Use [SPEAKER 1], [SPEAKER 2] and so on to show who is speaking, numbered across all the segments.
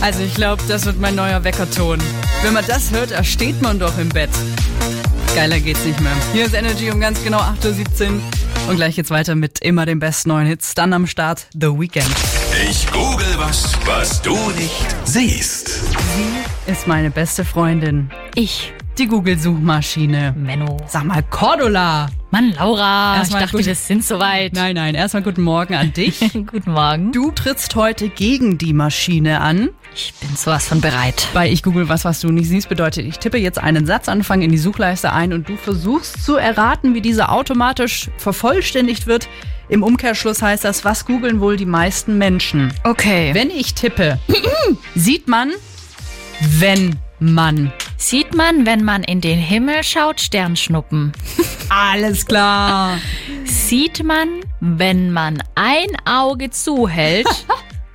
[SPEAKER 1] Also ich glaube, das wird mein neuer Weckerton. Wenn man das hört, ersteht man doch im Bett. Geiler geht's nicht mehr. Hier ist Energy um ganz genau 8.17 Uhr. Und gleich geht's weiter mit immer den besten neuen Hits. Dann am Start The Weekend.
[SPEAKER 2] Ich google was, was du nicht siehst.
[SPEAKER 1] Ist meine beste Freundin.
[SPEAKER 3] Ich,
[SPEAKER 1] Die Google-Suchmaschine.
[SPEAKER 3] Menno.
[SPEAKER 1] Sag mal, Cordula.
[SPEAKER 3] Mann, Laura,
[SPEAKER 1] Erstmal
[SPEAKER 3] ich dachte,
[SPEAKER 1] gut-
[SPEAKER 3] wir sind soweit.
[SPEAKER 1] Nein, nein, erstmal guten Morgen an dich.
[SPEAKER 3] Guten Morgen.
[SPEAKER 1] Du trittst heute gegen die Maschine an.
[SPEAKER 3] Ich bin sowas von bereit.
[SPEAKER 1] Bei Ich google was, was du nicht siehst, bedeutet, ich tippe jetzt einen Satzanfang in die Suchleiste ein und du versuchst zu erraten, wie dieser automatisch vervollständigt wird. Im Umkehrschluss heißt das, was googeln wohl die meisten Menschen?
[SPEAKER 3] Okay.
[SPEAKER 1] Wenn ich tippe, sieht man, wenn man.
[SPEAKER 3] Sieht man, wenn man in den Himmel schaut, Sternschnuppen?
[SPEAKER 1] Alles klar.
[SPEAKER 3] Sieht man, wenn man ein Auge zuhält,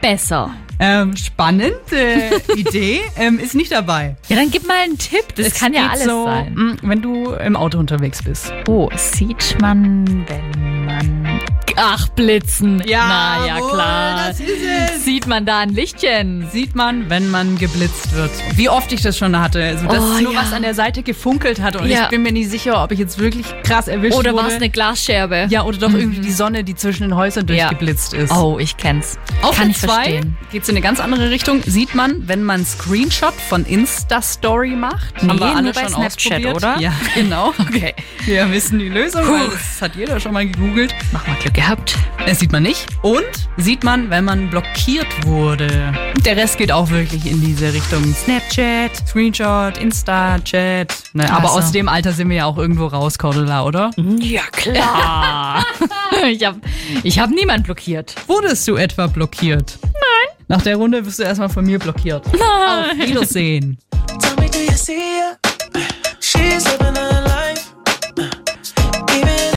[SPEAKER 3] besser?
[SPEAKER 1] Ähm, spannend, äh, Idee, ähm, ist nicht dabei.
[SPEAKER 3] Ja, dann gib mal einen Tipp. Das
[SPEAKER 1] Es
[SPEAKER 3] kann ja
[SPEAKER 1] geht
[SPEAKER 3] alles
[SPEAKER 1] so,
[SPEAKER 3] sein.
[SPEAKER 1] mh, Wenn du im Auto unterwegs bist.
[SPEAKER 3] Oh, sieht man, wenn man... Ach, Blitzen. Na, ja, klar.
[SPEAKER 1] Das ist es.
[SPEAKER 3] Sieht man da ein Lichtchen?
[SPEAKER 1] sieht man, wenn man geblitzt wird. Wie oft ich das schon hatte. Also, dass
[SPEAKER 3] Oh,
[SPEAKER 1] nur
[SPEAKER 3] ja.
[SPEAKER 1] was an der Seite gefunkelt hat und
[SPEAKER 3] Ja.
[SPEAKER 1] ich bin mir nicht sicher, ob ich jetzt wirklich krass erwischt
[SPEAKER 3] Oder
[SPEAKER 1] wurde.
[SPEAKER 3] war es eine Glasscherbe?
[SPEAKER 1] ja, oder doch irgendwie die Sonne, die zwischen den Häusern
[SPEAKER 3] Ja.
[SPEAKER 1] durchgeblitzt ist.
[SPEAKER 3] Oh, ich kenn's.
[SPEAKER 1] Auf
[SPEAKER 3] Kann
[SPEAKER 1] in
[SPEAKER 3] ich
[SPEAKER 1] zwei
[SPEAKER 3] verstehen.
[SPEAKER 1] geht's in eine ganz andere Richtung. Sieht man, wenn man einen Screenshot von Insta-Story macht.
[SPEAKER 3] Nee,
[SPEAKER 1] Haben wir alle
[SPEAKER 3] nur bei
[SPEAKER 1] schon
[SPEAKER 3] Snapchat,
[SPEAKER 1] ausprobiert.
[SPEAKER 3] oder?
[SPEAKER 1] Ja, genau. Okay. Wir wissen die Lösung, weil
[SPEAKER 3] Puh.
[SPEAKER 1] das hat jeder schon mal gegoogelt.
[SPEAKER 3] Mach mal Glück gehabt.
[SPEAKER 1] Das sieht man nicht. Und sieht man, wenn man blockiert wurde. Und Der Rest geht auch wirklich in diese Richtung. Snapchat, Screenshot, Insta-Chat. Ne, aber
[SPEAKER 3] Also.
[SPEAKER 1] aus dem Alter sind wir ja auch irgendwo raus, Cordula, oder?
[SPEAKER 3] Ja, klar. ich hab, ich hab niemand blockiert.
[SPEAKER 1] Wurdest du etwa blockiert? Nein. Nach der Runde wirst du erstmal von mir blockiert. Auf Wiedersehen.
[SPEAKER 4] Tell me, do you see her? She's a